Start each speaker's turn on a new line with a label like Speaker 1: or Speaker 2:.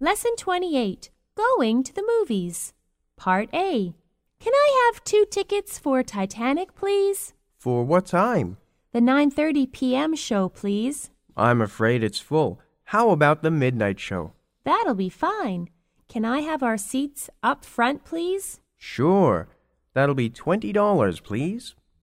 Speaker 1: Lesson 28 Going to the Movies. Part A. Can I have two tickets for Titanic, please?
Speaker 2: For what time?
Speaker 1: The 9:30 p.m. show, please.
Speaker 2: I'm afraid it's full. How about the midnight show?
Speaker 1: That'll be fine. Can I have our seats up front, please?
Speaker 2: Sure. That'll be $20, please.